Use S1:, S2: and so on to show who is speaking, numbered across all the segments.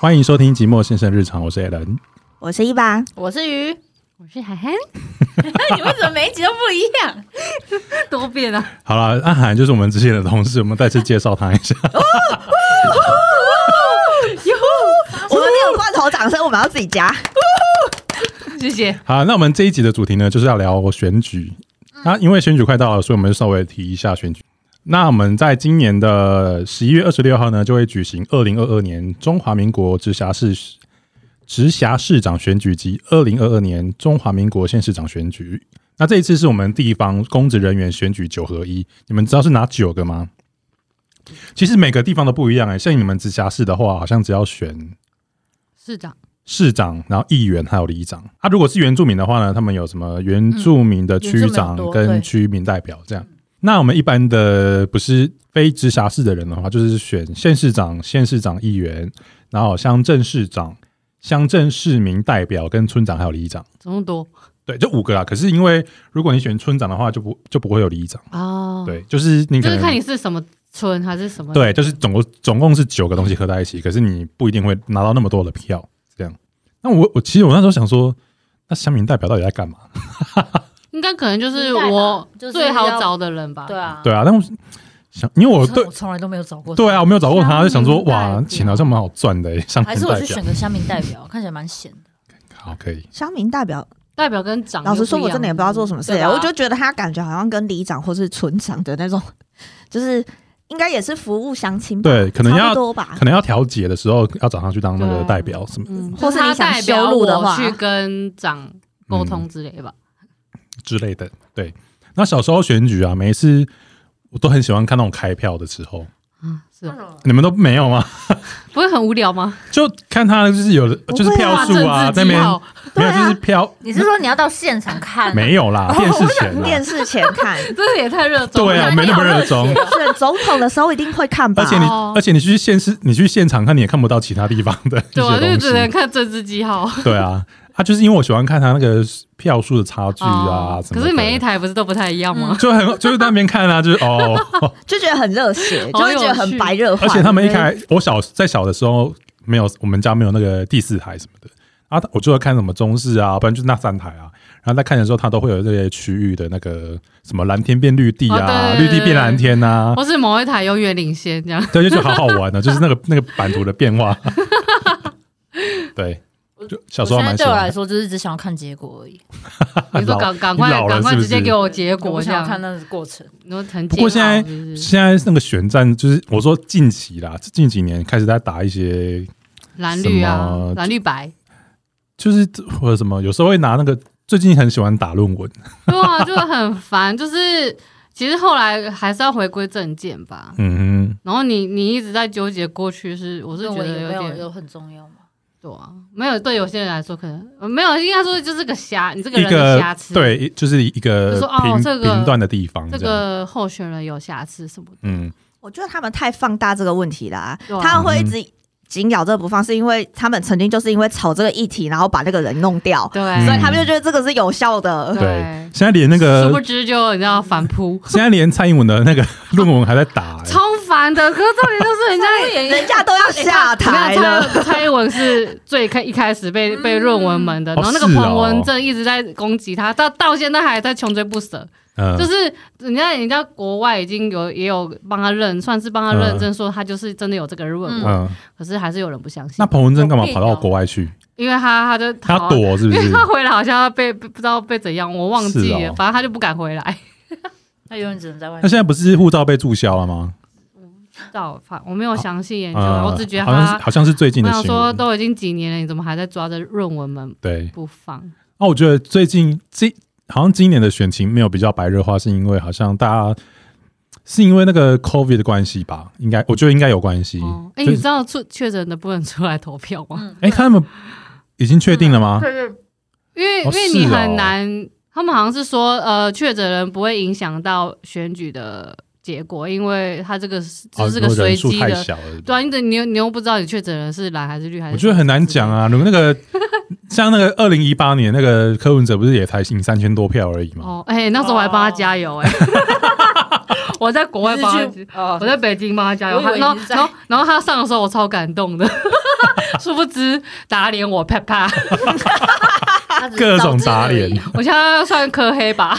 S1: 欢迎收听《寂寞先生日常》，我是 a l n
S2: 我是一八，
S3: 我是鱼，
S4: 我是海涵，
S3: 你为什么每一集都不一样？
S4: 多变啊！
S1: 好了，阿涵就是我们之前的同事，我们再次介绍他一下。
S2: 我们没有罐头掌声，我们要自己加。
S4: 谢谢。
S1: 好，那我们这一集的主题呢，就是要聊选举。啊，因为选举快到了，所以我们就稍微提一下选举。那我们在今年的十一月二十六号呢，就会举行二零二二年中华民国直辖市直辖市长选举及二零二二年中华民国县市长选举。那这一次是我们地方公职人员选举九合一，你们知道是哪九个吗？其实每个地方都不一样哎、像你们直辖市的话，好像只要选
S4: 市长，
S1: 市长，然后议员还有里长。啊，如果是原住民的话呢，他们有什么原住民的区长
S3: 嗯原住民多
S1: 跟
S3: 对
S1: 区民代表这样。那我们一般的不是非直辖市的人的话，就是选县市长、县市长议员，然后乡镇市长、乡镇市民代表跟村长还有里长。
S4: 这么多
S1: 对，就五个啦。可是因为如果你选村长的话，就不就不会有里长。
S4: 哦，，
S1: 对，就是你可
S4: 就是
S1: 能
S4: 看你是什么村还是什么。，
S1: 对，就是总共总共是九个东西合在一起，可是你不一定会拿到那么多的票，这样。那我我其实我那时候想说，那乡民代表到底在干嘛？
S4: 应该可能就是
S3: 明代吧
S4: 我
S3: 就是
S4: 最好
S3: 要
S4: 找的人吧。
S3: 对，啊，
S1: 对啊，但我想，因为我对
S5: 我从来都没有找过。
S1: 对啊，我没有找过他，
S4: 乡
S1: 就想说
S4: 民代
S1: 哇，
S4: 表
S1: 钱好像蛮好赚的、欸，乡
S5: 还
S1: 民
S5: 是我
S1: 代
S5: 去
S1: 表
S5: 选个乡民代表，看起来蛮闲的。
S1: 好可以。
S2: 乡民代表，
S4: 代表跟长
S2: 老实说，我真的也啊不知道做什
S4: 么。
S2: 么事、
S3: 对
S2: 欸，
S3: 吧
S2: 我就觉得他感觉好像跟里长或是村长的那种， 就是应该也是服务乡亲吧，
S1: 对可能
S2: 差
S1: 要
S2: 不多吧
S1: 可。能要调解的时候要找他去当那个
S4: 对
S1: 代表什么
S4: 嗯，
S2: 或是
S4: 就
S2: 你
S4: 他
S2: 想
S4: 代表
S2: 修路的话
S4: 我去跟长沟通之类吧。
S1: 之类的。对，那小时候选举啊，每一次我都很喜欢看那种开票的时候，
S3: 嗯
S4: 啊，是哦
S1: 你们都没有吗？
S4: 不会很无聊吗？
S1: 就看他就是有的
S2: 不
S1: 就是
S2: 会
S1: 票
S2: 啊
S1: 数啊，那
S4: 政治记
S1: 边
S4: 号，
S1: 没
S2: 对
S1: 有
S2: 啊
S1: 就是票
S5: 你是说你要到现场看？啊
S1: 没有
S2: 哦
S1: 啦，电视前啊啦
S2: 电。视前看，
S4: 这也太热衷了。
S1: 对啊，没那么热衷，
S2: 选总统的时候一定会看吧
S1: 而？且你
S4: 哦
S1: 而且你去现市，你去现场看，你也看不到其他地方的一
S4: 对啊，就
S1: 些
S4: 是只能
S1: 东
S4: 看政治记号
S1: 西。对啊，啊，就是因为我喜欢看他那个票数的差距啊
S4: 哦，
S1: 什么
S4: 可
S1: 的
S4: 是每一台不是都不太一样吗？
S1: 就很就是在那边看啊，就是哦，
S2: 就觉得很热血，就
S4: 好欸
S2: 会
S4: 有
S2: 觉得很
S4: 趣
S2: 白热化。
S1: 而且他们一开，我小在小的时候没有，我们家没有那个第四台什么的。啊，我就会看什么中视啊，不然就是那三台啊。然后在看的时候，它都会有这些区域的那个什么蓝天变绿地啊，
S4: 哦对
S1: 绿地变蓝天啊，
S4: 或是某一台永远领先这样。
S1: 对，就觉得好好 玩的，啊就是那个那个版图的变化。 对，就小时候
S5: 我现
S1: 蛮
S5: 在
S1: 喜
S5: 对我来
S1: 欢。
S5: 说，就是只想要看结果而已，
S4: 你说
S1: 老
S4: 赶赶
S1: 你
S4: 快
S1: 老了
S4: 赶快
S1: 是不
S4: 直接
S1: 是
S4: 给我结果
S5: 我
S4: 这
S5: 想
S4: 样
S5: 要，看那个过程。
S4: 你说很
S1: 不过
S4: 煎
S1: 现在
S4: 熬是不是
S1: 现在那个选战，就是我说近期啦，近几年开始在打一些，
S4: 蓝绿
S1: 什
S4: 啊
S1: 么，
S4: 蓝绿白，
S1: 就是或者什么，有时候会拿那个最近很喜欢打论文，
S4: 对啊， 就很烦。就是其实后来还是要回归正见吧。
S1: 嗯哼，
S4: 然后你你一直在纠结过去是，我是
S5: 论
S4: 觉
S5: 文
S4: 得
S5: 有没有
S4: 点
S5: 有很重要吗？
S4: 对啊，没有对有些人来说可能呃没有，应该说就是个瑕，你这个
S1: 一
S4: 人的
S1: 个
S4: 瑕疵，，
S1: 对，就是一个
S4: 就说哦
S1: 评
S4: 这个
S1: 评断的地方，
S4: 这
S1: 这样，
S4: 个候选人有瑕疵什么的，
S1: 嗯，
S2: 我觉得他们太放大这个问题啦、
S4: 对啊
S2: 他们会一
S1: 嗯
S2: 直紧咬这个不放，是因为他们曾经就是因为炒这个议题，然后把那个人弄掉，
S4: 对
S2: 所以他们就觉得这个是有效的。
S1: 对，现在连嗯那
S4: 殊不
S1: 个
S4: 知就你知道
S1: ，
S4: 反扑
S1: 现在连蔡英文的那个论文还在打、欸
S4: 超烦的。可是重点就是人家
S2: 人家都要下台
S4: 你看
S2: 了，
S4: 啊蔡蔡英文是最开一开始被被论文门的，
S1: 哦
S4: 然后那个
S1: 是哦
S4: 彭文正一直在攻击他，到到现在还在穷追不舍。
S1: 嗯，
S4: 就是人家人家国外已经有也有帮他认，算是帮他认证说他就是真的有这个论文，
S1: 嗯，
S4: 可是还是有人不相信
S1: 那，彭文正干嘛跑到国外去？
S4: 因为他他就
S1: 他
S4: 逃。啊
S1: 躲是不
S4: 因为
S1: 是？
S4: 他回来好像要被被不知道被怎样，我忘
S1: 是
S4: 记了，
S1: 哦
S4: 反正他就不敢回来。
S5: 那永远只能在外
S1: 那
S5: 面。
S1: 现在不是护照被注销了吗？
S4: 不知道，反我没有详细研究，
S1: 啊，
S4: 我只觉得
S1: 好像
S4: 他
S1: 是，好像是最近
S4: 我
S1: 的
S4: 想
S1: 新
S4: 说
S1: 闻。
S4: 都已经几年了，你怎么还在抓着论文门
S1: 对，
S4: 不放？
S1: 那我觉得最近这好像今年的选情没有比较白热化，是因为好像大家是因为那个 COVID 的关系吧？应该我觉得应该有关系。
S4: 哦，哎、
S1: 就
S4: 你
S1: 是
S4: 知道出确诊的不能出来投票 吗？
S5: 嗯，
S1: 哎，他们已经确定了
S4: 嗯
S1: 吗？
S4: 因
S1: 哦
S4: 为、因为
S1: 是
S4: 你
S1: 哦
S4: 很难，他们好像是说，呃，确诊人不会影响到选举的结果，因为他这个是
S1: 哦
S4: 这是
S1: 如
S4: 个
S1: 果
S4: 随
S1: 人数
S4: 机
S1: 太
S4: 的。
S1: 小了。
S4: 对啊，你等你又你又不知道你确诊人是蓝还是绿还是……
S1: 我觉得很难讲。啊，如果那个 像那个二零一八年那个柯文哲不是也才赢三千多票而已吗？
S4: 哦，哎、那时候我还帮他加油 哎、我在国外帮他，
S5: 哦
S4: 我在北京帮他加油。
S5: 我以为
S4: 然
S5: 你
S4: 后
S5: 是在
S4: 然后然后他上的时候我超感动的，殊不知打脸我啪啪，
S5: 他只是
S1: 各种
S5: 招致
S1: 打
S5: 而已
S1: 脸，
S4: 我现在算科黑吧，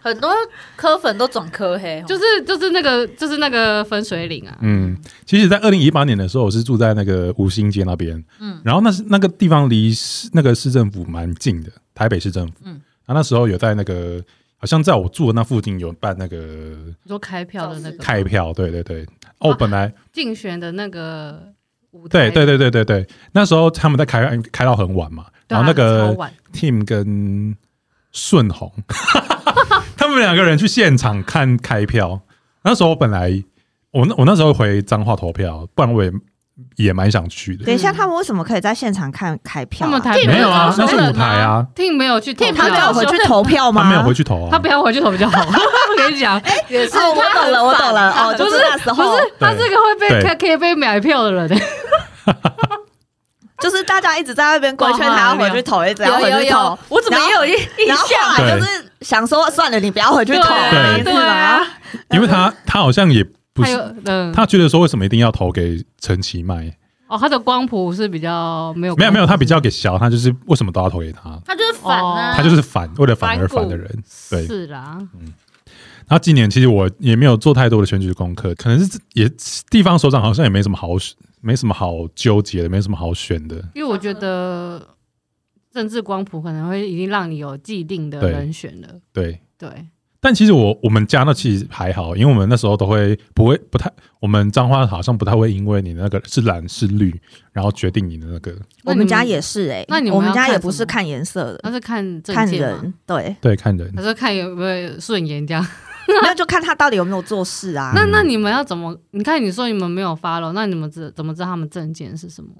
S5: 很多科粉都转科黑，哦
S4: 就是是就是那个就是那个分水岭啊，
S1: 嗯，其实，在二零一八年的时候，我是住在那个五星街那边，嗯
S5: 嗯，
S1: 然后那是那个地方离市那个市政府蛮近的，台北市政府，嗯
S5: 嗯，
S1: 然后那时候有在那个，好像在我住的那附近有办那个
S4: 你说开票的那个
S1: 开票，对对对，哦，我本来
S4: 竞选的那个舞
S1: 对
S4: 台，啊
S1: 对对对对对，那时候他们在开开到很晚嘛，
S4: 对
S1: 然
S4: 啊，
S1: 后那个
S4: 超晚
S1: Tim 跟顺宏， 他们两个人去现场看开票。那时候我本来我那我那时候回彰化投票，不然我也也蛮想去的。
S2: 等一下，他们为什么可以在现场看开票啊、
S4: 他们台
S3: 对
S1: 没有啊，
S3: 对
S1: 那
S3: 对
S1: 是
S3: 对
S1: 舞台啊，
S4: ，Tim 没有去投
S3: Tim
S2: 他
S4: 票
S2: 没有回去投票吗？
S1: 他没有回去投
S4: 他
S1: 啊
S4: 不。要回去投比较好。 我跟你讲，
S1: 哎
S5: 也是
S2: 哦，我懂了，我懂了，哦，
S4: 不
S2: 就是是那时
S4: 不
S2: 候，
S4: 是，他是个会被
S1: 对
S4: 他可以被买票的人，
S2: 就是大家一直在那边规劝
S4: 哦
S2: 他要
S4: 好
S2: 回去投，一直要
S5: 有
S2: 回
S5: 有
S2: 去投
S5: 有，，我怎么也有印印
S2: 然后
S5: 象？
S2: 后来就是想说，算了，你不要回去投，
S1: 对
S2: 你
S4: 对
S2: 是
S4: 对
S2: 吧？
S4: 啊，
S1: 因为他他好像也不
S4: 还
S1: 是
S4: 有，嗯，
S1: 他觉得说为什么一定要投给陈其迈？
S4: 哦，他的光谱是比较没有
S1: 没有没有，
S4: 光谱
S1: 他比较给小，他就是为什么都要投给他？
S5: 他就是反啊，
S1: 他就是反，为了反而
S5: 反骨
S1: 反的人。对，
S4: 是啦，
S1: 然后今年其实我也没有做太多的选举功课，可能是也地方首长好像也没什么好没什么好纠结的，没什么好选的。
S4: 因为我觉得政治光谱可能会已经让你有既定的
S1: 对
S4: 人选了，
S1: 对，
S4: 对，
S1: 但其实我我们家那其实还好，因为我们那时候都会不会不太，我们彰化好像不太会因为你那个是蓝是绿，然后决定你的那个
S4: 那
S2: 我
S4: 你们
S2: 们家也是哎、
S4: 那你们
S2: 我们
S4: 要
S2: 家
S4: 看
S2: 也不
S4: 什
S2: 是
S4: 么
S2: 看颜色
S4: 他
S2: 的，
S4: 是看证
S2: 看
S4: 件嘛，
S2: 人， 对，
S1: 对看人
S4: 还。是看有没有顺 眼这样？
S2: 那就看他到底有没有做事啊。
S4: 那
S1: 嗯
S4: 那你们要怎么？你看你说你们没有 follow，那你们知怎么知道他们证件是什么？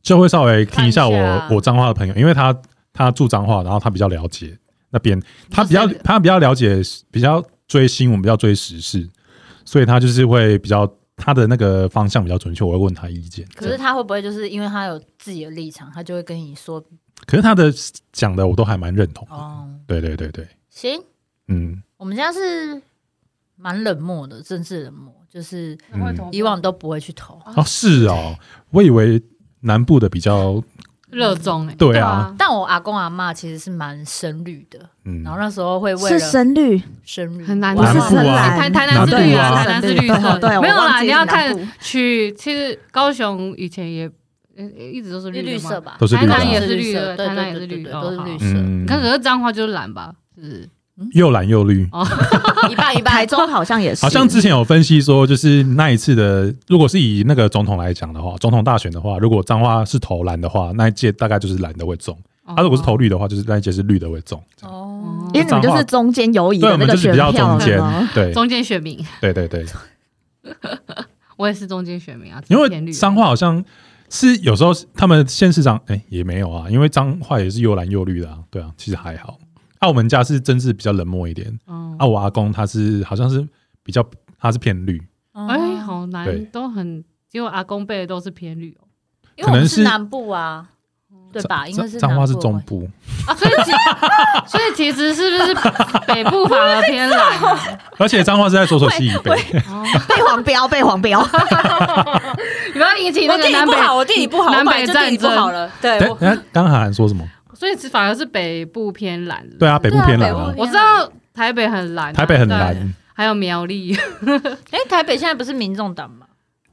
S1: 就会稍微听一下
S5: 看一
S1: 我
S5: 下
S1: 我彰化的朋友，因为他他住彰化，然后他比较了解那边，他比较
S4: 就是
S1: 他比较了解，比较追新闻，比较追时事，所以他就是会比较他的那个方向比较准确，我会问他意见。
S5: 可
S1: 这
S5: 是
S1: 样
S5: 他会不会就是因为他有自己的立场，他就会跟你说
S1: 可是他的讲的我都还蛮认同的。
S5: 哦，
S1: 对对对对，
S5: 行，
S1: 嗯
S5: 我们家是蛮冷漠的，政治冷漠，就是
S1: 嗯会投
S5: 以往都不会啊去投。
S1: 哦是哦，我以为南部的比较
S4: 热衷哎，
S1: 对啊，
S5: 但我阿公阿妈其实是蛮深绿的，
S1: 嗯
S5: 然后那时候会为
S2: 是
S5: 了
S2: 深绿，
S5: 深绿
S4: 很难
S5: 我阿
S1: 南
S5: 嬷
S1: 部
S2: 深
S1: 啊
S2: 蓝
S4: 台台南是
S1: 南
S4: 绿
S1: 部啊
S4: 啊，台南是绿
S2: 对
S4: 色，
S2: 对我
S4: 没有
S2: 忘
S4: 啦，
S2: 记
S4: 你
S2: 是
S4: 要
S2: 南
S4: 看
S2: 部
S4: 去，其实高雄以前也呃一直都是
S5: 绿
S4: 绿
S5: 绿
S4: 的嘛
S5: 色，吧，
S1: 都是
S4: 台
S1: 绿的啊
S4: 南也是绿
S5: 色，
S4: 的，
S5: 对
S4: 台南
S5: 对
S4: 也
S5: 对
S4: 是
S5: 对
S4: 绿
S5: 对，
S4: 的，
S5: 都是绿
S4: 哦
S5: 色，
S4: 好
S1: 嗯
S4: 可是彰化就是蓝吧，是不是
S1: 又蓝又绿。
S4: 哦，
S5: 一半一半。
S2: 台中好像也是，
S1: 好像之前有分析说，就是那一次的，如果是以那个总统来讲的话，总统大选的话，如果彰化是投蓝的话，那一届大概就是蓝的会中；，
S4: 哦
S1: 啊，如果是投绿的话，就是那一届是绿的会中。
S5: 哦，
S2: 因为你们就是中间游移
S1: 对，
S2: 的
S1: 我们
S2: 那个
S1: 就是
S2: 选
S1: 比较
S2: 票哦
S1: 中间
S2: 了吗，
S1: 对
S4: 中间选民，
S1: 对对对，
S4: 我也是中间选民啊，
S1: 因
S4: 偏绿
S1: 为
S4: 的
S1: 彰化好像是有时候他们县市长哎、也没有啊，因为彰化也是又蓝又绿的啊，对啊，其实还好。啊，我们家是政治比较冷漠一点，
S4: 嗯
S1: 啊，我阿公他是好像是比较他是偏绿，
S4: 哎，
S5: 哎，
S4: 好
S1: 对
S4: 难，都很，结果阿公辈的都是偏绿哦，
S5: 因为我
S1: 可能
S5: 们
S1: 是哦
S5: 是南部啊，对吧？应该是
S1: 彰彰化是
S5: 南部的欸
S1: 中
S5: 关系
S1: 部，
S4: 哦 所以其所以其实是不是北部反而偏蓝啊？
S1: 而且彰化是在左手西以北。
S4: 哦
S2: 被黄标，被黄标，
S4: 你不要引起那
S5: 我
S4: 个
S5: 地理
S4: 南
S5: 不
S4: 北
S5: 好，我地理不好，
S4: 南
S5: 我本来
S4: 北
S5: 就地理
S4: 战
S5: 不好
S4: 争，
S5: 了。对，
S1: 对
S5: 哎我，
S1: 刚刚韩寒说什么？
S4: 所以是反而是北部偏蓝。
S1: 对啊，北部偏蓝
S5: 对啊
S1: 啊
S5: 北部，
S4: 我知道台北很蓝啊，
S1: 台北很
S4: 对，
S1: 蓝，
S4: 还有苗栗。
S5: 哎，台北现在不是民众党嘛？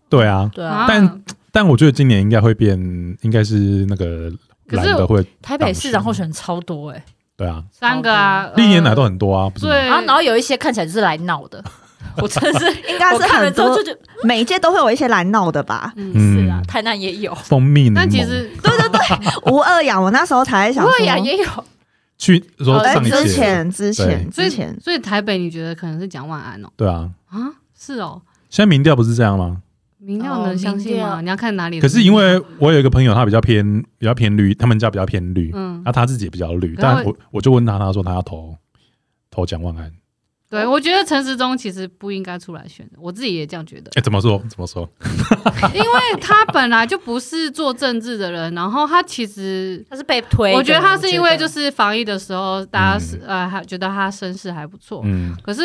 S1: 对啊。
S5: 对
S4: 啊
S5: 啊，
S1: 但但我觉得今年应该会变，应该是那个
S4: 可
S1: 蓝
S4: 是
S1: 的会，
S5: 台北市长候选人超多哎，
S1: 对啊，
S4: 三个啊，呃
S1: 历年来
S4: 来
S1: 都很多啊，不是吗？
S4: 对，
S5: 然后然后有一些看起来就是来闹的，我真的是
S2: 应该
S5: 我
S2: 是
S5: 看了
S2: 很
S5: 之后
S2: 多
S5: 就，觉得
S2: 每一届都会有一些来闹的 吧。
S1: 嗯
S4: 嗯，
S5: 是啊，台南也有，
S1: 蜂蜜柠
S4: 但其
S1: 檬，
S4: 实对对对，
S2: 吴二阳，我那时候才在想说，
S5: 洛阳也有，
S1: 去说
S5: 哦
S2: 哎，
S1: 上一
S2: 之
S1: 届，
S2: 前之前
S4: 所
S2: 之前
S4: 以，所以台北你觉得可能是蒋万安哦
S1: 对啊，
S4: 啊，是哦，
S1: 现在民调不是这样吗？
S4: 民调能相
S5: 哦
S4: 信
S5: 民
S4: 吗？
S5: 调
S4: 你要看哪里的
S1: 可
S4: 民调？
S1: 是因为我有一个朋友，他比较偏比较偏绿，他们家比较偏绿，
S4: 嗯
S1: 然，后他自己也比较绿，
S4: 可他
S1: 但
S4: 会
S1: 我我就问他，他说他要投投蒋万安，，
S4: 对，我觉得陈时中其实不应该出来选的，我自己也这 样觉得
S1: 哎，怎么说怎么说？
S4: 因为他本来就不是做政治的人，然后他其实。
S5: 他是被推的。
S4: 我觉得他是因为就是是防疫的时候，大家是
S1: 嗯
S4: 呃还觉得他身世还不错，
S1: 嗯
S4: 可是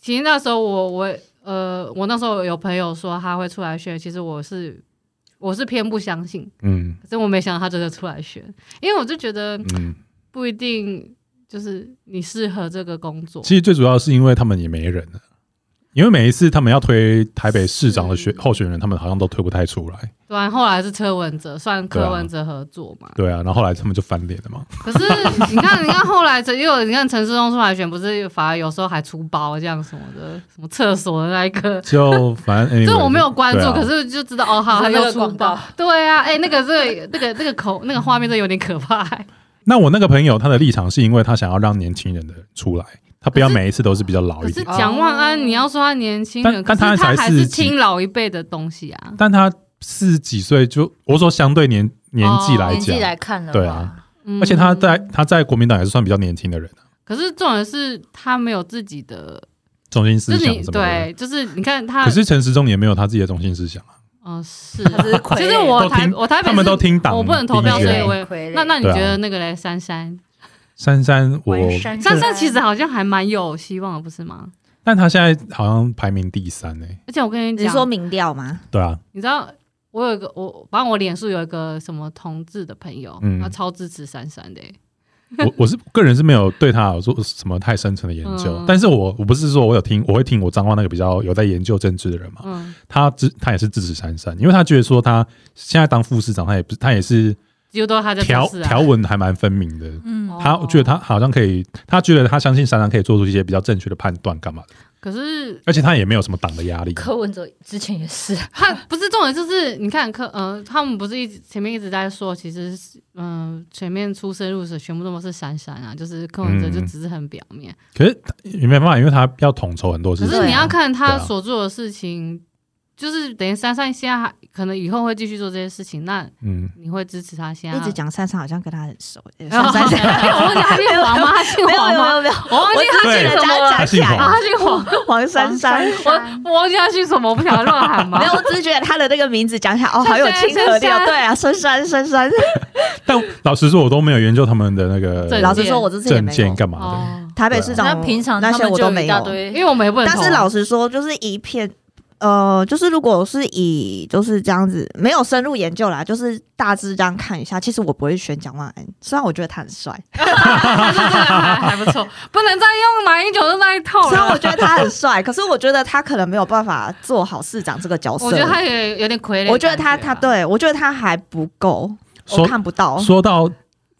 S4: 其实那时候我我呃我那时候有朋友说他会出来选，其实我是我是偏不相信，
S1: 嗯
S4: 可是我没想到他真的出来选，因为我就觉得
S1: 嗯，
S4: 不一定就是你适合这个工作。
S1: 其实最主要是因为他们也没人了，因为每一次他们要推台北市长的选
S4: 是
S1: 候选人，他们好像都推不太出来。
S4: 对啊，后来是柯文哲，算
S1: 对啊
S4: 柯文哲合作嘛。
S1: 对啊，然后后来他们就翻脸了嘛。
S4: 可是你看，你看后来陈，因为你看陈世忠出来选，不是反而有时候还出包这样什么的，什么厕所的那一个。
S1: 就反 正 anyway,
S4: 这我没有关注，
S1: 对啊
S4: 可是就知道哦，好，
S5: 你说
S4: 他
S5: 那
S4: 又
S5: 个
S4: 出
S5: 广
S4: 包
S5: 告。
S4: 对啊，哎、那个这个那个那个口那个画面，真的有点可怕、欸。
S1: 那我那个朋友他的立场是因为他想要让年轻人的出来，他不要每一次都是比较老一
S4: 可是
S1: 点。
S4: 蒋万
S5: 哦
S4: 安，你要说他年轻人，
S1: 但但他
S4: 可是他
S1: 才
S4: 还
S1: 40
S4: 是
S1: 几
S4: 听老一辈的东西啊。
S1: 但他四十几岁就我说相对年年纪来
S4: 哦
S5: 年
S1: 讲，
S5: 纪来看的
S1: 对
S5: 话，
S1: 啊
S4: 嗯
S1: 而且他在他在国民党也是算比较年轻的人啊，
S4: 可是重点是他没有自己的，
S1: 中心
S4: 就
S1: 思
S4: 是
S1: 想
S4: 你
S1: 什么的。
S4: 对，就是你看他，
S1: 可是陈时中也没有他自己的中心思想啊，
S4: 哦是，
S5: 他只是傀儡
S4: 其实我
S1: 都
S4: 台
S1: 听
S4: 我台北
S1: 他们
S4: 是
S1: 都听党，
S4: 我不能投票，
S5: 意
S4: 所以
S5: 见
S4: 我
S1: 我
S4: 也
S5: 傀儡
S4: 那那你
S1: 对啊
S4: 觉得那个嘞，珊珊，
S5: 啊
S1: 珊珊我，
S5: 完善
S4: 珊珊其实好像还蛮有希望的，不是吗？
S1: 但他现在好像排名第三欸呢、
S4: 而且我跟你
S2: 你
S4: 讲，
S2: 说民调吗？
S1: 对啊，
S4: 你知道我有一个我，反正我脸书有一个什么同志的朋友，
S1: 嗯
S4: 他超支持珊珊的欸、
S1: 我我是个人是没有对他有做什么太深层的研究，
S4: 嗯
S1: 但是我我不是说我有听，我会听我彰化那个比较有在研究政治的人嘛，
S4: 嗯，
S1: 他支他也是支持珊珊，因为他觉得说他现在当副市长，他也不是他也是
S4: 几乎都是他在
S1: 条
S4: 做事啊
S1: 条文还蛮分明的。
S5: 嗯，
S1: 他
S4: 哦
S1: 觉得他好像可以，他觉得他相信珊珊可以做出一些比较正确的判断，干嘛的？
S4: 可是
S1: 而且他也没有什么党的压力。
S5: 柯文哲之前也是，
S4: 他不是重点，就是你看科，呃，他们不是一直前面一直在说，其实是，嗯、前面出生入死全部都是闪闪啊，就是柯文哲
S1: 嗯
S4: 就只是很表面。
S1: 可是他也没办法，因为他要统筹很多事
S4: 可
S1: 情。
S4: 是你要看
S1: 对啊
S4: 他所做的事情，就是等于珊珊现在还可能以后会继续做这些事情，那
S1: 嗯，
S4: 你会支持他现在？
S2: 一直讲珊珊好像跟他很熟，珊
S4: 然后，
S2: 珊
S4: 我忘记他姓黄吗？他姓
S2: 没有
S4: 黄
S2: 没
S4: 吗？
S2: 有没有，
S4: 我忘记
S2: 我
S4: 他
S2: 记
S4: 姓
S2: 得
S4: 什么
S2: 大
S4: 了
S2: 家
S1: 他
S2: 讲
S1: 姓
S2: 起
S1: 黄
S4: 啊，
S2: 来，
S4: 他姓黄，
S2: 黄珊珊。
S1: 啊
S4: 我我忘记他姓什么，我不想乱喊嘛
S2: 没。有，我只是觉得他的那个名字讲起来哦，好有亲和力哦。
S4: 珊珊
S2: 对啊，珊珊珊珊。
S1: 但老实说，我都没有研究他们的那个
S4: 对
S2: 老实说，我这次也
S1: 证
S2: 没
S1: 件
S2: 有。
S1: 干嘛的。
S4: 哦，
S2: 台北市
S5: 那
S2: 长
S5: 平常
S2: 那
S5: 他
S2: 些
S5: 们
S2: 我
S5: 就
S2: 都
S5: 有
S2: 没
S5: 一大
S2: 有。
S5: 堆，
S4: 因为我们也不能
S2: 但
S4: 投啊。
S2: 是 老实说，就是一片呃，就是如果是以就是这样子没有深入研究啦，就是大致这样看一下，其实我不会选蒋万安，虽然我觉得他很 帅，
S4: 还是真的还还不错，不能再用马英九的那一套
S2: 虽然我
S4: 了。
S2: 觉得他很帅，可是我觉得他可能没有办法做好市长这个 角色。
S4: 我觉得他也有点傀儡感啊、
S2: 我觉得他他对我觉得他还不够，我
S1: 说
S2: 看不
S4: 哦
S2: 到。
S1: 说到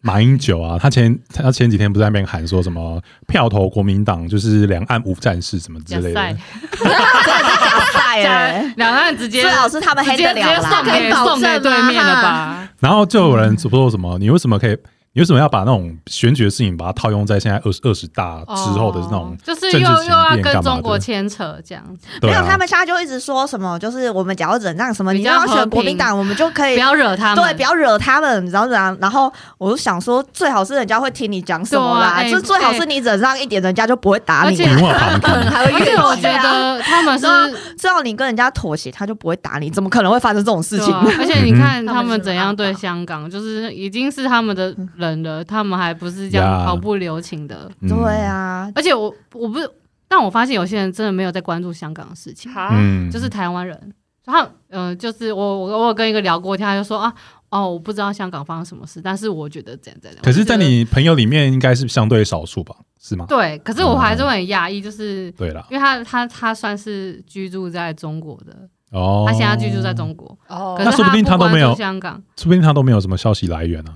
S1: 马英九啊，他前他前几天不是在那边喊说什么票投国民党就是两岸无战事什么之
S4: 假
S1: 类
S4: 赛
S1: 的，，
S2: 真的是假赛
S4: 假
S2: 耶！
S4: 两岸直接
S2: 最哎好是他们
S4: 直
S2: 黑
S4: 接
S2: 得
S4: 直接
S2: 了啦
S4: 送，给送给对面了吧？
S1: 然后就有人说什么你为什么可以，你为什么要把那种选举的事情把它套用在现在二十二十大 之后的那种
S4: 哦、就是
S1: 政
S4: 又
S1: 治
S4: 又
S1: 情
S4: 要
S1: 变干嘛
S4: 跟中
S1: 的
S4: 国牵扯这样子，
S1: 对
S2: 没有
S1: 啊
S2: 他，们现在就一直说什么，就是我们只要忍让什么，
S4: 比
S2: 你
S4: 较
S2: 让他
S4: 和
S2: 选
S4: 平
S2: 国民党，我们就可以
S4: 不要惹他们。
S2: 对，不要惹他们，然后然然后我就想说，最好是人家会听你讲什么啦，
S4: 对啊哎
S2: 就最好是你忍让一点，人家就不会打你
S4: 而且
S2: 啦。
S1: 文化旁
S5: 可能
S1: 听，
S5: 还会
S4: 而且
S5: 越
S4: 我
S5: 级
S4: 觉得他 们是
S2: 对啊最好你跟人家妥协，他就不会打你，怎么可能会发生这种事
S4: 对
S2: 情？
S4: 啊而且你看
S5: 嗯
S4: 他们怎样对香港，就是已经是他们的人了，他们还不是这
S1: 呀
S4: 样毫不留情的。
S1: 嗯
S2: 对，啊，
S4: 而且我我不是，但我发现有些人真的没有在关注香港的事情，
S5: 啊，
S1: 嗯
S4: 就是台湾人，然后呃，就是我我我有跟一个聊过天，他就说啊哦，我不知道香港发生什么事，但是我觉得怎样怎样。
S1: 可是，
S4: 我就觉
S1: 在
S4: 得
S1: 你朋友里面应该是相对少数吧？是吗？
S4: 对，可是
S1: 哦
S4: 我还是会很压抑，就是。
S1: 对啦，
S4: 因为他他他算是居住在中国的，
S1: 哦，
S4: 他现在居住在，中国，
S5: 哦
S4: 可，是
S1: 那说不定他
S4: 他
S1: 都没有
S4: 关注香港，
S1: 说不定他都没有什么消息来源啊，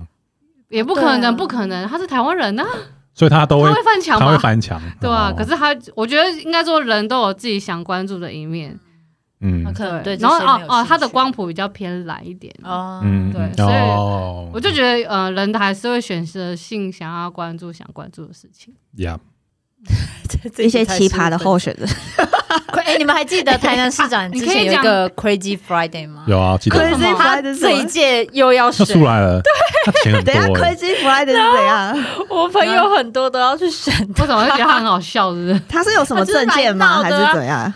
S4: 也不可能，不可能，他是台湾人呐、啊
S1: 所以他都
S4: 他
S1: 会
S4: 会翻墙
S1: 他会
S4: 吗？
S1: 翻墙，
S4: 对啊
S1: 哦，
S4: 可是他，我觉得应该说人都有自己想关注的一面，
S1: 嗯
S5: 那可能对这
S4: 然后
S5: 些没
S4: 哦
S5: 有
S4: 哦，他的
S5: 兴趣
S4: 光谱比较偏蓝一点，
S5: 哦，
S1: 嗯
S4: 对
S1: 嗯
S4: 所以
S1: 哦，
S4: 我就觉得呃，人还是会选择性想要关注想关注的事情。
S1: 呀，
S2: 一些奇葩的候
S5: 后。
S2: 选人
S5: 哎，你们还记得台南市 长
S4: 你
S5: 之
S4: 可以
S5: 前有一
S4: 讲
S5: 个 Crazy Friday 吗？
S1: 有啊，记得
S4: 可是
S2: ，Crazy
S4: 什么
S5: 他
S2: Friday 是什
S5: 这一
S2: 么？
S5: 届又要
S1: 要
S5: 选，
S1: 出来了，他钱很多
S2: 等一
S1: 欸。
S2: 下，Crazy Friday 是怎样？
S5: 我朋友很多都要去 选
S4: 我怎么会觉得他很好笑，是 不是？
S2: 他是有什么证件吗？
S5: 他
S2: 还
S5: 就是是来闹的啊
S2: 怎样？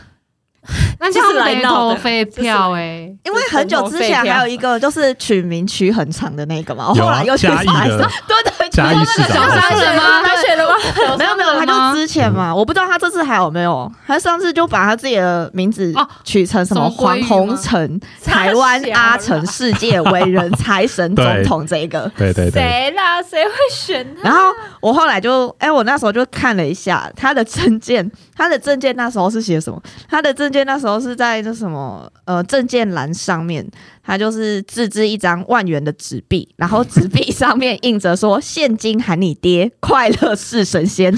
S4: 那这样他们等于投废
S5: 这是来
S4: 票哎、
S2: 因为很久之前还有一个就是取名取很长的那个嘛，我
S1: 有
S2: 哦后
S1: 啊
S2: 来又去
S1: 嘉义
S2: 查一
S1: 的
S2: 下，对对
S1: 嘉义市
S4: 小
S1: 长候
S4: 三
S1: 选人
S4: 人吗？
S3: 他选了吗？
S2: 没有没 有，他就之前嘛，我不知道他这次还有没有。他上次就把他自己的名字
S4: 哦
S2: 取成什么
S4: 什么鲑
S2: 黄
S4: 鱼吗
S2: 宏 成、台湾阿成世界为人财神总统这一个。
S1: 对对对，
S3: 谁啦？谁会选他？
S2: 然后我后来就，哎、我那时候就看了一下他的证件，他的证件那时候是写什么？他的证件那时候是在那什么呃证件栏上面，他就是自制一张万元的纸币，然后纸币上面印着说“现金喊你爹，快乐是神仙，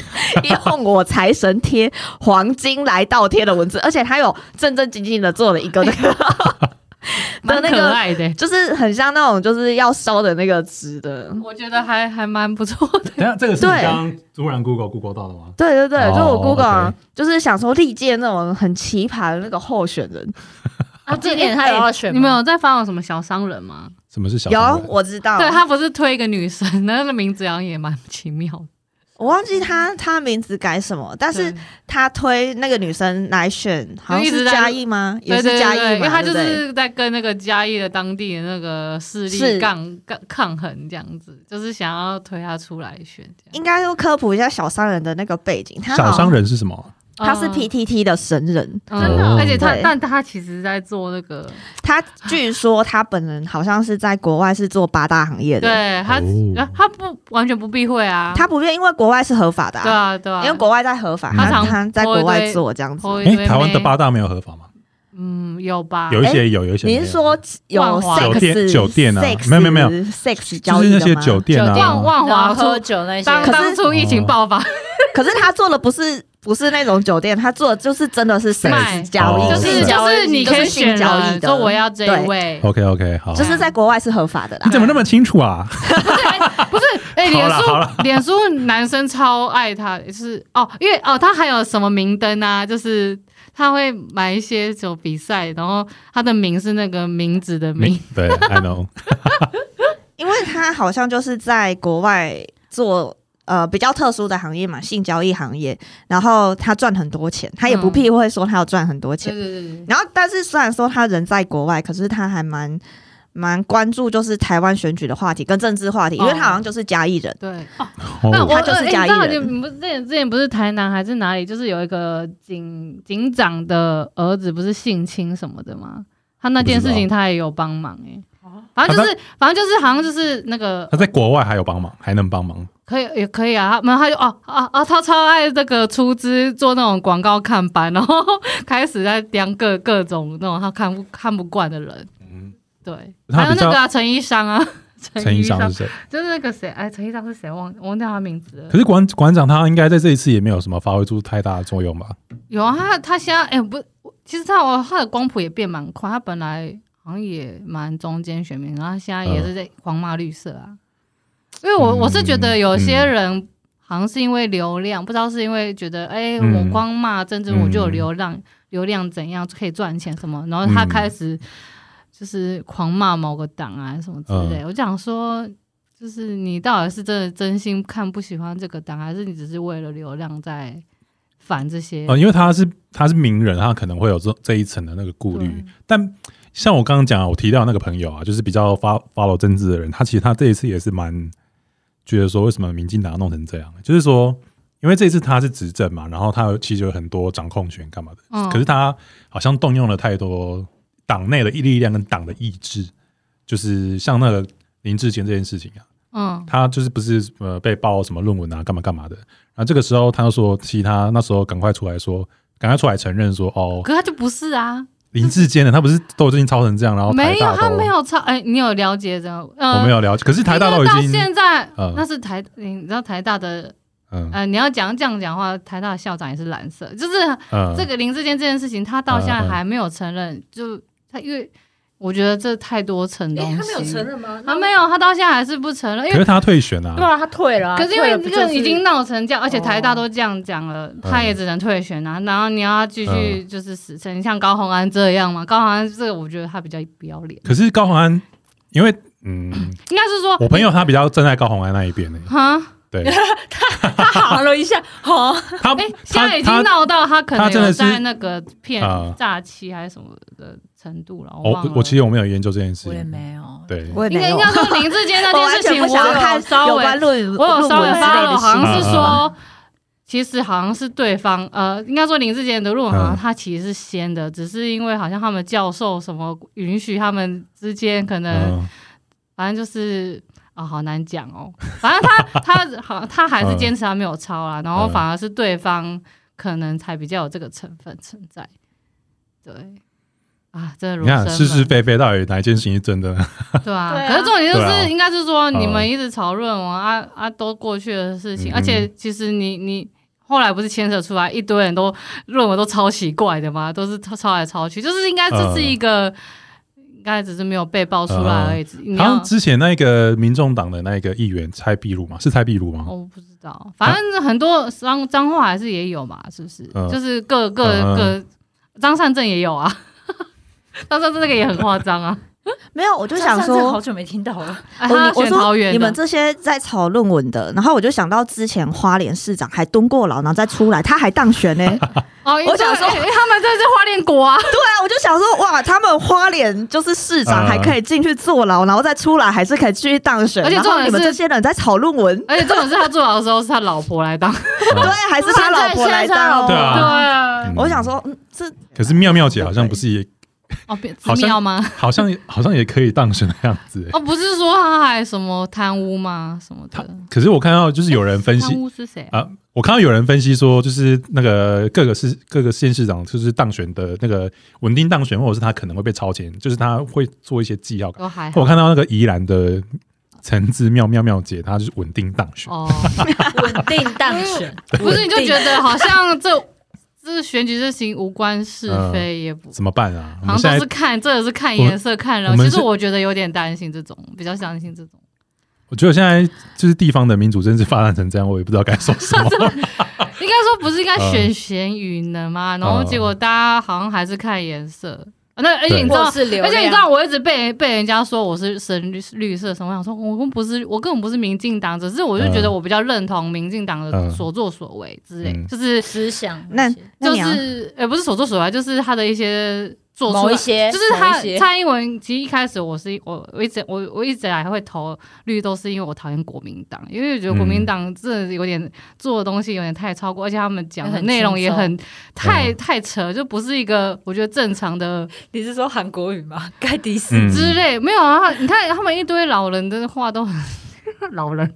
S2: 用我财神贴，黄金来倒贴”的文字，而且他有正正经经的做了一个那个的
S4: 蛮
S2: 那
S4: 可
S2: 个。
S4: 爱的，
S2: 就是很像那种就是要烧的那个纸的，
S4: 我觉得还还蛮不错的。
S1: 等一下这个是
S2: 对
S1: 你刚突然 Google Google 到的吗？
S2: 对对对，就
S1: 哦
S2: 我 Google 啊
S1: OK
S2: 就是想说历届那种很奇葩的那个候选人，
S5: 啊，今年他有要选
S4: 你们
S5: 吗？
S4: 有在发我什么小商人吗？
S1: 什么是小三
S2: 有
S1: 人
S2: 我知道，
S4: 对他不是推一个女生， 那个名字好像也蛮奇妙的。
S2: 我忘记他他名字改什么，但是
S4: 对
S2: 他推那个女生来选，好像
S4: 一直
S2: 是
S4: 在
S2: 嘉义吗？也
S4: 对对
S2: 是
S4: 对
S2: 嘉义嘛，
S4: 对因为他就
S2: 对不对
S4: 是在跟那个嘉义的当地的那个势力
S2: 是
S4: 杠杠抗衡这样子，就是想要推他出来选这样。
S2: 应该要科普一下小商人的那个背景，他好
S1: 小
S2: 像
S1: 商人是什么？
S2: 他是
S4: 嗯
S2: PTT 的神人，
S4: 嗯
S1: 真的哦
S4: 而且他
S2: 对
S4: 但他其实在做那个，
S2: 他据说他本人好像是在国外是做八大行业的，
S4: 对他
S1: 哦
S4: 啊他不完全不避讳啊，
S2: 他不愿因为国外是合法的
S4: 对
S2: 啊、
S4: 啊对啊，
S2: 因为国外在合法，
S1: 他
S2: 他
S4: 常
S2: 他在国外做这样子，
S4: 我以
S1: 哎
S4: 为，
S1: 台湾的
S4: 没
S1: 八大没有合法吗？
S4: 嗯有吧，
S1: 有一些有，有一些没有。
S2: 啊您是说有
S4: 万华
S2: sex
S1: 酒店酒店啊
S2: sex-
S1: 没有没有没有
S2: sex
S1: 就
S2: 交
S1: 是
S2: 易
S1: 那
S2: 的
S1: 些
S2: 吗？
S1: 酒店
S5: 酒店
S1: 啊哦
S4: 万，万
S5: 然
S4: 华
S5: 后喝
S4: 出
S5: 酒那些，
S4: 当
S2: 可是
S4: 当初疫情爆发，
S2: 可是他做的不是不是那种酒店，他做的就是真的是 sex
S4: 卖
S2: 交易，
S1: 哦
S4: 就是
S5: 性交
S4: 就
S5: 易
S4: 是你
S2: 就
S4: 可
S2: 是
S4: 以
S2: 性
S4: 选
S2: 交易
S4: 人
S2: 的
S4: 说我要这一
S2: 对
S4: 位，
S1: OK OK 好，
S2: 就是在国外是合法的啦
S1: 你。怎么那么清楚啊？
S4: 不是，哎、
S1: 好啦好
S4: 脸
S1: 啦
S4: 书脸书男生超爱他，就是哦，因为哦，他还有什么明灯啊，就是他会买一些什么比赛，然后他的名是那个名字的名，
S1: 对，I know，
S2: 因为他好像就是在国外做呃比较特殊的行业嘛，性交易行业，然后他赚很多钱，他也不
S4: 嗯
S2: 避讳说他有赚很多钱
S4: 对。对对，
S2: 然后，但是虽然说他人在国外，可是他还蛮蛮关注就是台湾选举的话题跟政治话题，因为
S4: 哦
S2: 他好像就是嘉义人。
S4: 对。 那
S1: 哦
S4: 我
S2: 他就是
S4: 哎
S2: 嘉
S4: 你知道
S2: 义
S4: 你
S2: 人
S4: 们不是之前之前不是台南还是哪里，就是有一个警警长的儿子不是性侵什么的吗？他那件事
S1: 不知
S4: 情
S1: 道
S4: 他也有帮忙哎、
S2: 哦
S4: 反正就是，反正就是，好像就是那个
S1: 他在国外还有帮忙，还能帮忙。
S4: 可以，也可以啊。他没有，他就哦啊啊，他超爱那个出资做那种广告看板，然后开始在刁各各种那种他看不看不惯的人。
S1: 嗯，
S4: 对，
S1: 他
S4: 还有
S1: 比较
S4: 那个啊陈、医生啊，
S1: 陈
S4: 医
S1: 医生是谁？
S4: 就是那个谁，哎，陈医生是谁？忘忘掉他名字了
S1: 可。是馆馆长他应该在这一次也没有什么发挥出太大的作用吧？
S4: 有啊，他他现在哎、不，其实他我他的光谱也变蛮快，他本来好像也蛮中间选民，然后他现在也是在黄马绿色啊。因为我
S1: 嗯
S4: 我是觉得有些
S1: 嗯
S4: 人好像是因为流量，不知道是因为觉得哎、
S1: 嗯
S4: 我光骂政治
S1: 嗯
S4: 我就有流量，流量怎样可以赚钱什么，然后他
S1: 嗯
S4: 开始就是狂骂某个党啊什么之类。
S1: 嗯
S4: 我就想说。就是你到底是真的真心看不喜欢这个党，还是你只是为了流量在反这些？
S1: 呃，因为他是他是名人，他可能会有这这一层的那个顾虑
S4: 对。
S1: 但像我刚刚讲啊，我提到那个朋友啊，就是比较发 follow 政治的人，他其实他这一次也是蛮觉得说，为什么民进党要弄成这样？就是说，因为这一次他是执政嘛，然后他有其实有很多掌控权干嘛的，
S4: 嗯
S1: 可是他好像动用了太多党内的力量跟党的意志，就是像那个林志坚这件事情啊，
S4: 嗯，
S1: 他就是不是呃被爆什么论文啊，干嘛干嘛的。然后这个时候他就说，其实他那时候赶快出来说，赶快出来承认说，哦，
S4: 可他就不是啊，
S1: 林志坚的他不是都已经抄成这样，然后哦台
S4: 没有
S1: 大
S4: 他
S1: 都
S4: 没有超哎、你有了解这样？呃，
S1: 我没有了解，可是台大都
S4: 因为到
S1: 已经
S4: 现在、
S1: 嗯
S4: 那是台，你知道台大的
S1: 嗯
S4: 呃，你要讲这样讲话，台大的校长也是蓝色，就是
S1: 嗯
S4: 这个林志坚这件事情，他到现在还没有承认，就他因为我觉得这太多层东西，
S5: 哎他没有承，认吗？
S4: 他没有，他到现在还是不承认，因
S1: 可
S4: 为。
S1: 是他退选
S5: 对
S1: 啊，
S5: 啊，他退了啊。
S4: 可是因为
S5: 退了
S4: 这个
S5: 不就是
S4: 已经闹成这样，而且台大
S5: 哦
S4: 都这样讲了，
S1: 嗯
S4: 他也只能退选啊。然后你要他继续就是死撑，像高虹安这样嘛？高虹安这个我觉得他比较不要脸。
S1: 可是高虹安因为 嗯，
S4: 应该是说
S1: 我朋友他比较站在高虹安那一边呢、欸
S4: 哈，
S1: 对
S5: 他喊了一 下，哦好，
S1: 他
S4: 哎、现
S1: 他
S4: 在已经
S1: 他
S4: 闹到他可
S1: 他
S4: 能
S1: 真的
S4: 有
S1: 是
S4: 在那个骗
S1: 啊哦
S4: 诈欺还是什么的程度了。我
S1: 我
S4: 忘了，
S1: 我其实我没有研究这件事
S5: 我也
S1: 情，
S5: 没有，了。
S1: 对，
S2: 我也
S4: 应
S2: 没
S4: 该
S2: 有
S4: 应，该说林志坚那
S2: 我
S4: 件
S2: 完
S4: 事
S2: 全
S4: 情，
S2: 不
S5: 哦
S4: 我
S2: 想要看
S4: 有稍
S2: 有
S4: 微
S2: 关论
S4: 我有稍微
S2: 论文之类的
S4: follow，好像是
S1: 新闻
S4: 说，其实好像是对方呃，应该说林志杰的论文好像
S1: 嗯
S4: 他其实是先的，只是因为好像他们教授什么允许他们之间可能、
S1: 嗯
S4: 反正就是。啊、好难讲哦。反正他他好，他还是坚持他没有抄啦，然后
S1: 嗯
S4: 反而是对方可能才比较有这个成分存在。对啊，真的如
S1: 你看是是
S4: 生
S1: 非非，到底哪一件事情是真的呢？
S4: 对啊，
S3: 对啊
S4: 可是重点就
S1: 对啊
S4: 是，应该是说
S1: 嗯
S4: 你们一直讨论我啊啊都过去的事情，
S1: 嗯
S4: 而且其实你你后来不是牵扯出来一堆人都论文都超奇怪的嘛，都是抄抄来抄去，就是应该这
S1: 嗯
S4: 是一个。应该只是没有被爆出来而已。你
S1: 好
S4: 要
S1: 像之前那个民众党的那个议员蔡壁如嘛，是蔡壁如吗？
S4: 哦我不知道，反正很多脏脏话还是也有嘛，是不是？
S1: 嗯
S4: 就是各各
S1: 嗯
S4: 各张善政也有啊， 张善政这个也很夸张啊。
S2: 没有，我就
S5: 就
S2: 想说
S5: 好，久没听到了。
S4: 哎
S2: 我
S4: 他
S2: 我
S4: 选
S2: 说
S4: 桃园的，
S2: 哦你们这些在炒论文的，然后我就想到之前花莲市长还蹲过牢，然后再出来，他还当 选呢。对
S4: 哦，因为
S2: 我想说
S4: 哎他们这是花莲国啊，
S2: 啊，我就想说，哇，他们花莲就是市长
S1: 嗯
S2: 还可以进去坐牢，然后再出来还是可以继续当选，
S4: 而且
S2: 然后
S4: 重点
S2: 你们
S4: 是
S2: 这些人在炒论文，
S4: 而且重点是他坐牢的时候是他老婆来当，
S2: 对，还是他老婆来当。
S1: 对啊
S4: 啊，
S1: 嗯
S2: 我想，说，嗯，这
S1: 可是妙妙姐好像不是也
S4: 哦，变
S1: 好像
S4: 寺庙吗？
S1: 好像好像也可以当选的样子、欸。
S4: 哦，不是说他还什么贪污吗？什么的？
S1: 可是我看到就是有人分析
S4: 贪，污是谁啊？
S1: 啊，我看到有人分析说，就是那个各个市各个县市长，就是当选的那个稳定当选，或者是他可能会被超前，就是他会做一些纪要。
S4: 都还好
S1: 我看到那个宜兰的橙子妙妙妙姐，她就是稳定当选。
S4: 哦，
S5: 稳定当 选，
S4: 不是你就觉得好像这 这选举这行无关是
S1: 嗯
S4: 非，也不
S1: 怎么办啊？我
S4: 好
S1: 们
S4: 像
S1: 现
S4: 都是
S1: 在
S4: 看这个是看颜色看
S1: 我
S4: 人，
S1: 们
S4: 其
S1: 是
S4: 实我觉得有点担心这种，比较相信这种。
S1: 我觉得现在就是地方的民主政治发展成这样，我也不知道该说什 么。
S4: 应该说不是应该选贤与能吗？然后结果大家好像还是看颜色。啊那而且你知道
S5: 或，是流
S4: 而且你知道，
S5: 量
S4: 我一直被被人家说我是深绿绿色什么，我想说我根本不是，我根本不是民进党，只是我就觉得我比较认同民进党的
S1: 嗯
S4: 所作所为之类，
S1: 嗯
S4: 就是
S5: 思想
S2: 那
S5: 些
S2: 那
S4: 就
S2: 你啊
S4: 是呃不是所作所为，就是他的一些做出
S5: 某一
S4: 来。
S5: 些，
S4: 就是他
S5: 某一些
S4: 蔡英文，其实一开始我是我我一直我我一直来会投绿豆，是因为我讨厌国民党，因为我觉得国
S1: 嗯
S4: 民党这有点、做的东西有点太超过，而且他们讲的
S5: 很轻
S4: 内容也很太
S1: 嗯
S4: 太扯，就不是一个我觉得正常的
S5: 你是说韩国语吗？盖迪斯
S1: 嗯
S4: 之类。没有啊，你看他们一堆老人的话都很 老人，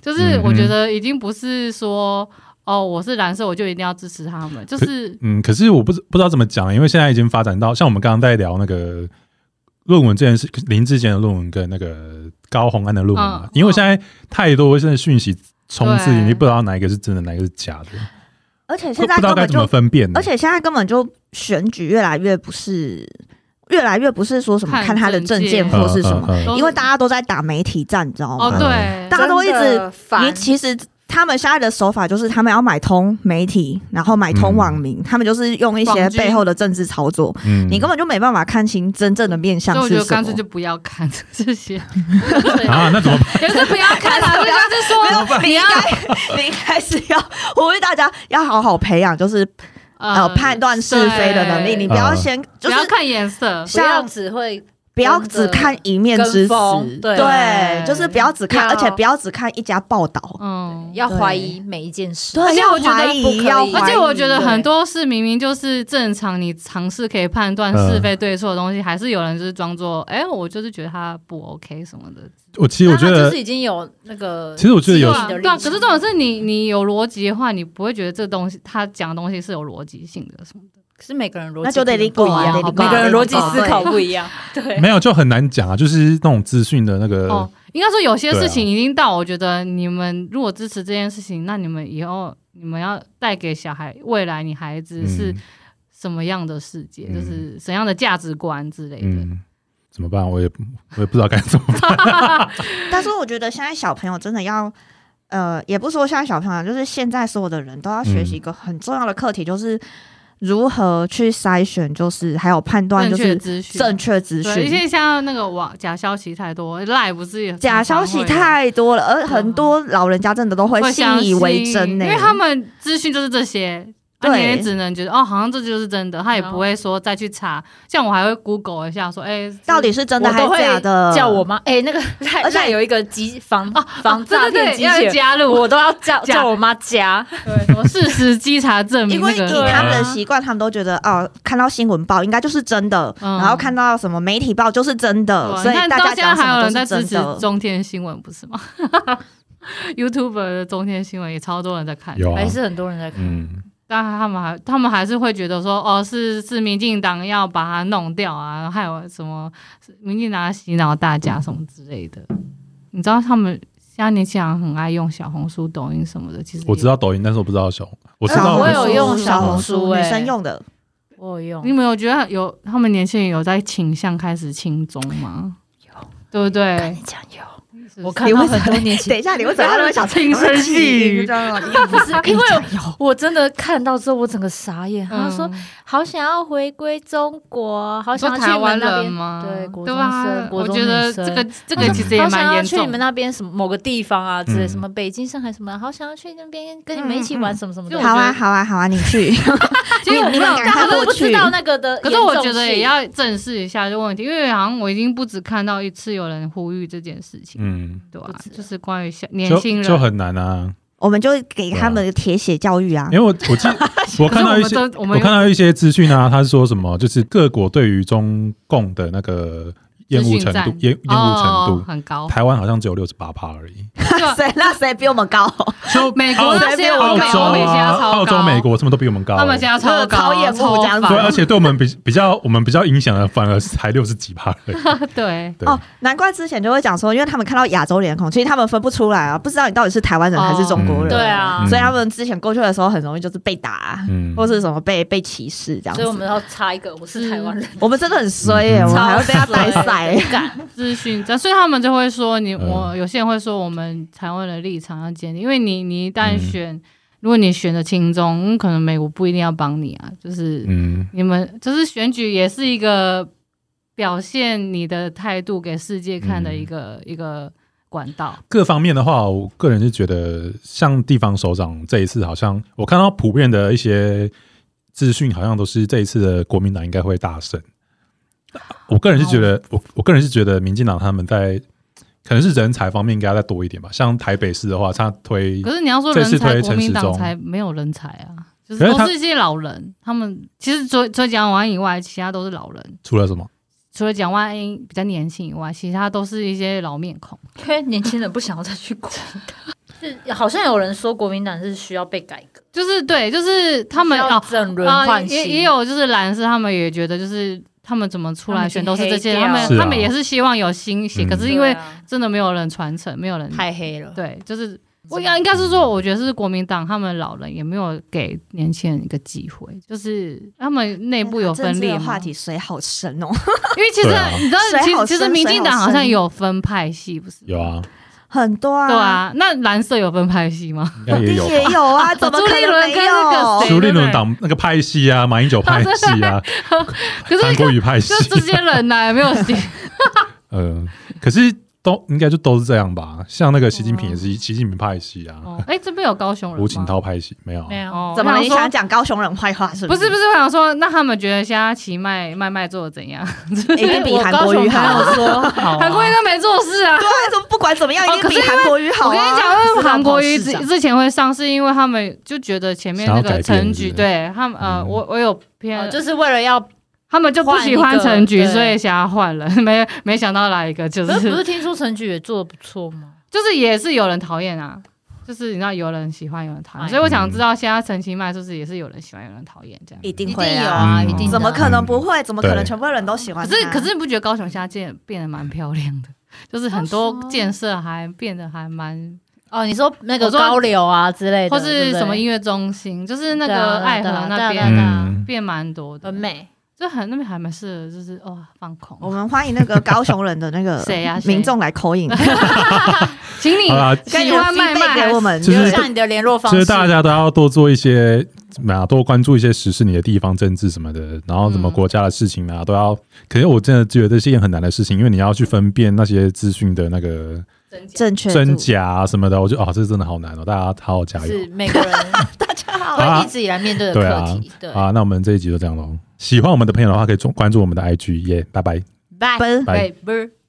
S4: 就是
S1: 嗯
S4: 我觉得已经不是说。哦，我是蓝色，我就一定要支持他们，就是
S1: 嗯，可是我不知不知道怎么讲，因为现在已经发展到像我们刚刚在聊那个论文这件事，林志坚的论文跟那个高洪安的论文嘛，
S4: 嗯
S1: 因为现在太多现在讯息冲刺，
S4: 对
S1: 你不知道哪一个是真的，哪一个是假的，
S2: 而且
S1: 不
S2: 现在
S1: 知道
S2: 根
S1: 该
S2: 本
S1: 怎么
S2: 就，
S1: 分辨呢。
S2: 而且现在根本就选举越来越不是，越来越不是说什么
S4: 看
S2: 看他的
S4: 政
S2: 证件
S4: 见
S2: 或是什么，
S1: 嗯嗯嗯
S4: 都是
S2: 因为大家都在打媒体战，你知道吗？
S4: 哦，对，
S2: 大家都一
S5: 真
S2: 直
S5: 的烦
S2: 你其实他们现在的手法就是他们要买通媒体，然后买通网民，他们就是用一些
S4: 网军
S2: 背后的政治操作，
S1: 嗯
S2: 你根本就没办法看清真正的面相
S4: 所以我觉
S2: 是
S4: 得
S2: 什
S4: 干
S2: 么
S4: 脆。就不要看 这些，
S1: 啊，那怎么办？
S4: 也是不要看 啦，人家是
S2: 没
S4: 说
S2: 有，你应该， 你应该是要呼吁大家要好好培养，就是呃判断是非的能力。你不要
S1: 嗯
S2: 先就
S4: 嗯不
S2: 是
S4: 要看颜色，
S5: 不要
S2: 像
S5: 只会
S2: 不要只看一面之
S5: 跟
S2: 词
S5: 风，对
S2: 对，就是不要只看，
S5: 要
S2: 而且不要只看一家报道。
S4: 嗯。
S5: 要怀疑每一件事，
S2: 对，
S4: 且
S2: 要
S4: 我觉得
S2: 怀
S5: 不可
S2: 疑，
S5: 以
S2: 要
S4: 而
S2: 怀
S4: 且
S2: 疑
S4: 我觉得很多事明明就是正常，你尝试可以判断是非对错
S2: 嗯
S4: 的东西，还是有人就是装作，哎，我就是觉得他不 OK 什么的。
S1: 我其实我觉
S5: 那他
S1: 得
S5: 就是，已经有那个，
S1: 其实我觉得
S2: 哎
S4: 对
S1: 有
S5: 自
S4: 啊，
S5: 己的
S4: 对
S5: 立
S4: 啊。
S5: 场
S4: 可是这种是你你有逻辑的话，你不会觉得这东西他讲的东西是有逻辑性的什么的。
S5: 可是每个人逻辑
S2: 那就得
S5: 不一
S2: 立
S5: 样
S2: 过
S4: 不一
S2: 啊，
S4: 样
S5: 每个
S2: 得立过啊
S4: 好吧
S5: 人
S2: 得立
S5: 逻辑
S2: 过啊
S5: 思考
S2: 对
S5: 不一样，对，
S1: 没有就很难讲啊，就是那种资讯的那个，
S4: 哦，应该说有些
S1: 对啊
S4: 事情已经到，我觉得你们如果支持这件事情，那你们以后你们要带给小孩未来你孩子
S1: 嗯
S4: 是什么样的世界，
S1: 嗯
S4: 就是什么样的价值观之类的。
S1: 嗯，怎么办？我也我也不知道该怎么 办。
S2: 但是我觉得现在小朋友真的要，呃，也不是说现在小朋友，就是现在所有的人都要学习一个很重要的课题，就是如何去筛选，就是还有判断，
S4: 正
S2: 就
S4: 确
S2: 是
S4: 资讯，
S2: 正确资
S4: 对，因
S2: 讯。
S4: 为像那个网假消息太多，赖不是也
S2: 假消息太多了，而很多老人家真的都会
S4: 会
S2: 信
S4: 相
S2: 以为
S4: 信
S2: 真呢、
S4: 嗯因为他们资讯就是这些。啊、你也
S2: 对
S4: 只能觉得哦，好像这就是真的，他也
S5: 然
S1: 哦
S4: 不
S5: 后
S4: 会说再去查。像我还会 Google 一下，说哎，
S2: 到底是真的
S5: 我
S2: 还
S5: 都
S2: 是
S5: 会
S2: 假的？
S5: 叫我妈，哎、那个赖
S2: 而且
S5: 赖有一个机防防
S4: 哦对
S5: 诈骗
S4: 对对，
S5: 机
S4: 要
S5: 器人，
S4: 加入
S5: 我都要叫
S4: 加
S5: 叫我妈加，
S4: 对什么事实稽查证明
S2: 因
S4: 那
S2: 为
S4: 个，
S2: 以他们
S5: 对
S2: 的
S5: 啊
S2: 习惯，他们都觉得哦，看到新闻报应该就是真的，
S4: 嗯
S2: 然后看到什么媒体报就是真的，
S4: 对
S2: 所以
S4: 你看
S2: 大
S4: 哦到
S2: 家
S4: 现在
S2: 讲什
S4: 还有
S2: 么
S4: 人
S2: 都
S4: 在
S2: 是
S4: 支
S2: 真
S4: 持
S2: 的。
S4: 中天新闻，不是吗 ？YouTuber 的中天新闻也超多人在看，
S1: 有啊
S5: 还，是很多人在看。
S1: 嗯，
S4: 但他们还他们还是会觉得说，哦，是是民进党要把它弄掉啊，还有什么民进党洗脑大家什么之类的。你知道他们现在年轻人很爱用小红书、抖音什么的，其实
S1: 我知道抖音，但是我不知道小，嗯我知
S5: 啊
S1: 道
S5: 我有
S2: 红
S5: 用
S2: 书
S5: 小
S2: 红
S5: 红书
S2: 女
S5: 欸
S2: 生用的，
S5: 我有
S4: 你
S5: 用，
S4: 们有觉得有他们年轻人有在倾向开始轻中吗？有，对不对？
S5: 你讲有，
S4: 是不是
S5: 我看到很多年
S2: 等
S5: 轻，
S2: 一下你为什么要那么小
S4: 轻声细
S2: 你
S4: 语
S2: 知道吗？你不是
S5: 因为我真的看到之后，我整个傻眼。他说
S4: 嗯
S5: 好想要回归中国，好
S4: 说
S5: 想要去
S4: 台
S5: 你们
S4: 湾
S5: 那
S4: 人
S5: 边
S4: 吗？
S5: 对国中
S4: 吧
S5: 生？国
S4: 我
S5: 中
S4: 觉得
S5: 女
S4: 这个
S5: 生。
S4: 这个其实也
S5: 好想
S4: 蛮
S5: 要
S4: 严
S5: 去
S4: 重
S5: 你们
S4: 的。
S5: 那边什么某个地方啊之类，
S1: 嗯
S5: 什么北京、上海什么，好想要去那边跟你们
S2: 嗯
S5: 一起玩什么什么
S4: 就
S5: 的。
S4: 我
S2: 好
S4: 觉
S2: 啊，
S4: 得
S2: 好啊，好啊，你去。
S4: 其实我
S2: 你
S4: 没
S2: 们
S4: 有，
S2: 赶快
S5: 大家都
S2: 过
S5: 不
S2: 去
S5: 知。道那个的
S4: 可
S5: 严重性，
S4: 是我觉得也要正视一下这个问题，因为好像我已经不止看到一次有人呼吁这件事情，
S1: 嗯，
S4: 对吧、啊
S5: 不止
S4: 就是关于小年轻
S1: 就就
S4: 人。
S1: 很难啊，
S2: 我们就给他们铁血教育啊
S1: 因！为我我 记我看到一些
S4: 可是我们都我
S1: 我
S4: 们
S1: 看到一些资讯啊，他说什么就是各国对于中共的那个厌恶程度
S4: 资讯，
S1: 厌厌恶程
S4: 哦
S1: 度，
S4: 很高，
S1: 台湾好像只有六十八趴而已，
S4: 就
S2: 谁那谁比我们高？
S1: 就
S4: 美国那些
S1: 澳
S4: 我美
S1: 洲
S4: 国美现在
S1: 啊，
S4: 超高
S1: 澳洲、美国什么都比我们高、
S4: 他们现在超高，
S2: 超厌恶
S4: 超
S2: 这样子
S1: 对，
S4: 烦
S1: 而且对我们比比较，我们比较影响的反而是才六十几趴而已。
S4: 对，
S1: 对啊
S2: 哦，难怪之前就会讲说，因为他们看到亚洲脸孔，其实他们分不出来啊，不知道你到底是台湾人还是中国人。
S1: 哦嗯
S5: 对，啊
S1: 嗯，
S2: 所以他们之前过去的时候，很容易就是被打啊，
S1: 嗯，
S2: 或是什么被被歧视这样
S5: 所以我
S2: 子。
S5: 们要插一个，我是台湾人，
S2: 我们真的很衰耶，
S1: 嗯
S2: 我们还会被 他带
S5: 超
S2: 赛。
S4: 资讯战，所以他们就会说你
S1: 嗯
S4: 我有些人会说我们台湾的立场要坚定，因为你你一旦
S1: 嗯
S4: 选，如果你选的轻中，嗯可能美国不一定要帮你啊，就是
S1: 嗯
S4: 你们就是选举也是一个表现你的态度给世界看的一个、
S1: 嗯
S4: 一个管道。
S1: 各方面的话，我个人是觉得，像地方首长这一次，好像我看到普遍的一些资讯，好像都是这一次的国民党应该会大胜。我个人是觉
S4: 哦
S1: 得，我我个人是觉得，民进党他们在可能是人才方面应该要再多一点吧。像台北市的话，他推
S4: 可是你要说
S1: 嗯这次
S4: 人才，
S1: 推
S4: 国民
S1: 陈时
S4: 党
S1: 中
S4: 才没有人才啊，就
S1: 可
S4: 是
S1: 是他
S4: 都是一些老人。他们其实除除了蒋万安以外，其他都是老人。
S1: 出了什么？
S4: 除了蒋万安比较年轻以外，其他都是一些老面孔。
S5: 因为年轻人不想要再去国民党。是好像有人说国民党是需要被改革，
S4: 就是对，就是他们
S5: 需
S4: 哦
S5: 要整轮
S4: 啊、
S5: 换
S4: 也
S5: 新，
S4: 也有就是蓝丝，他们也觉得就是他们怎么出来选都是这些，他
S5: 他们已
S4: 们
S5: 经
S1: 黑掉了
S4: 他们也是希望有新血，
S1: 啊嗯
S4: 可是
S5: 对啊啊
S4: 因为真的没有人传承，没有人
S5: 太黑了。
S4: 对，就是我应该应该是说，我觉得是国民党他们老人也没有给年轻人一个机会，就是他们内
S2: 哎
S4: 部有分裂
S2: 的
S4: 吗
S2: 话题水好深哦，
S4: 因为其实
S1: 对啊
S4: 你知道
S2: 水，好
S4: 其实
S2: 深
S4: 其实民进党好像有分派系，不是？
S1: 有啊，
S2: 很多啊，
S4: 对，啊，那蓝色有分派系吗？
S1: 应该
S2: 肯
S1: 也
S2: 定
S1: 有
S2: 哦也
S1: 吧。
S2: 有 啊，怎么可
S4: 朱立
S2: 能
S4: 伦
S2: 没
S4: 跟那个
S2: 有
S4: 谁？
S1: 朱立伦党那个派系啊，马英九派系啊，
S4: 可是
S1: 韩国瑜派系
S4: 就，这些人呢，有没有行
S1: 嗯，可是都应该就都是这样吧。像那个习近平也是习近平派系啊，
S4: 哦，哎，这边有高雄人吗
S1: 胡锦涛派系没有啊，
S5: 没有，
S4: 哦，
S2: 怎么了？
S4: 我
S2: 你
S4: 想
S2: 想
S4: 说？
S2: 讲高雄人坏话是
S4: 不是不
S2: 是，
S4: 是，我想说，那他们觉得现在奇麦麦麦做的怎样？
S2: 一定哎比
S5: 我
S2: 韩
S5: 高
S2: 国
S5: 雄
S2: 瑜
S5: 朋友
S2: 好啊。
S5: 说好啊
S4: 韩国瑜都没做事啊
S2: 对。啊，怎么不管怎么样，
S4: 哦
S2: 一定
S4: 可
S2: 比
S4: 是
S2: 韩国瑜好啊。
S4: 我跟你讲，为什么韩国瑜之
S2: 是啊
S4: 之前会上，是因为他们就觉得前面那
S1: 想要
S4: 个
S1: 改变
S4: 陈
S1: 是
S4: 菊，
S1: 不是
S4: 对他们呃，
S1: 嗯
S4: 我我有偏，
S5: 哦就是为了要
S4: 他们就不喜欢陈
S5: 换
S4: 菊，
S5: 一个
S4: 所以想要换人， 没没想到来一个就
S5: 可是不
S4: 是
S5: 是听说陈菊也做的不错吗？
S4: 就是也是有人讨厌啊，就是你知道有人喜欢，有人讨厌，
S5: 哎
S4: 所以我想知道现在陈其迈是不是也是有人喜欢，有人讨厌这样。
S2: 一定
S5: 一
S2: 会
S5: 定有
S2: 啊，
S5: 啊，
S1: 嗯
S5: 一定的啊
S2: 怎么可能不会？怎么可能
S1: 对
S2: 全部人都喜欢
S4: 可
S2: 他？
S4: 是可是你不觉得高雄现在建变得蛮漂亮的， 就是很多建设还变得还蛮
S5: 哦，你说那
S4: 我
S5: 个
S4: 说
S5: 高流啊之类的，
S4: 或是
S5: 对不对
S4: 什么音乐中心，就是那
S5: 对啊
S4: 个
S5: 对啊
S4: 爱河
S5: 对啊
S4: 那
S5: 对啊对
S4: 边
S5: 啊
S1: 嗯，
S4: 变蛮多的
S5: 很，美，
S4: 就很那边还蛮适合，就是哇放空。
S2: 我们欢迎那个高雄人的那个
S4: 谁呀谁
S2: 民众来口 音，
S4: 请你
S1: 好啦
S4: 喜欢麦麦
S2: 给我们，
S1: 就
S5: 留
S1: 是
S5: 下你的联络方
S1: 其实
S5: 式。
S1: 大家都要多做一些，啊，多关注一些时事，你的地方政治什么的，然后什么
S4: 嗯
S1: 国家的事情啊，都要。可是我真的觉得这是一件很难的事情，因为你要去分辨那些资讯的那个
S2: 正确度
S1: 真假啊什么的，我就啊，这真的好难哦，大家好好加油
S5: 是。每个人，大家会一直以来面对的
S1: 对啊
S5: 课题。对，
S1: 好啊，那我们这一集就这样喽。喜欢我们的朋友的话，可以中关注我们的 IG，耶、拜拜。
S5: 拜
S2: 奔
S1: 拜
S5: 拜。